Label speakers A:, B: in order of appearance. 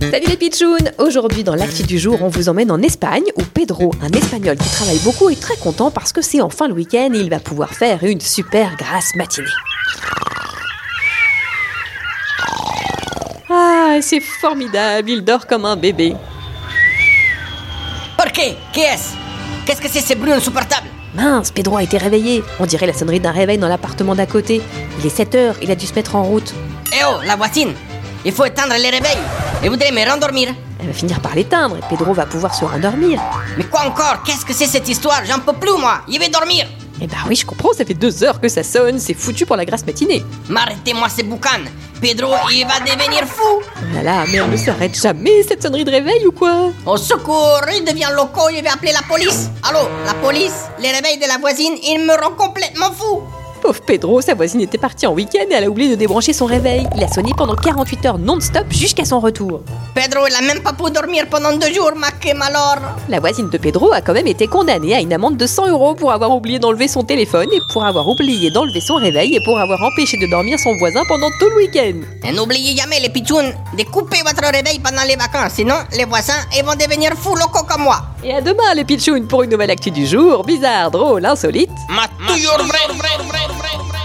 A: Salut les pitchounes Aujourd'hui dans l'actu du jour, on vous emmène en Espagne où Pedro, un Espagnol qui travaille beaucoup, est très content parce que c'est enfin le week-end et il va pouvoir faire une super grasse matinée. Ah, c'est formidable, il dort comme un bébé.
B: ¿Por qué? ¿Qué es? ¿Qué es que es ese bruit insoportable?
A: Mince, Pedro a été réveillé. On dirait la sonnerie d'un réveil dans l'appartement d'à côté. Il est 7 heures, il a dû se mettre en route.
B: Eh oh, la voisine! Il faut éteindre les réveils! Et voudrais me rendormir!
A: Elle va finir par l'éteindre et Pedro va pouvoir se rendormir.
B: Mais quoi encore? Qu'est-ce que c'est cette histoire? J'en peux plus, moi! Je vais dormir!
A: Eh bah oui, je comprends, ça fait deux heures que ça sonne, c'est foutu pour la grasse matinée.
B: M'arrêtez-moi ces boucan! Pedro, il va devenir fou!
A: Oh là là, mais elle ne s'arrête jamais cette sonnerie de réveil ou quoi
B: Au secours! Il devient loco, je vais appeler la police! Allô, la police? Les réveils de la voisine, il me rend complètement fou!
A: Pauvre Pedro, sa voisine était partie en week-end et elle a oublié de débrancher son réveil. Il a sonné pendant 48 heures non-stop jusqu'à son retour.
B: Pedro, il a même pas pu dormir pendant deux jours, ma que malheur!
A: La voisine de Pedro a quand même été condamnée à une amende de 100 euros pour avoir oublié d'enlever son téléphone et pour avoir oublié d'enlever son réveil et pour avoir empêché de dormir son voisin pendant tout le week-end.
B: Et n'oubliez jamais, les pitchounes, de couper votre réveil pendant les vacances, sinon les voisins ils vont devenir fous locaux comme moi!
A: Et à demain les pitchounes pour une nouvelle actu du jour, bizarre, drôle, insolite.
B: Ma toujours vrai, vrai, vrai, vrai, vrai.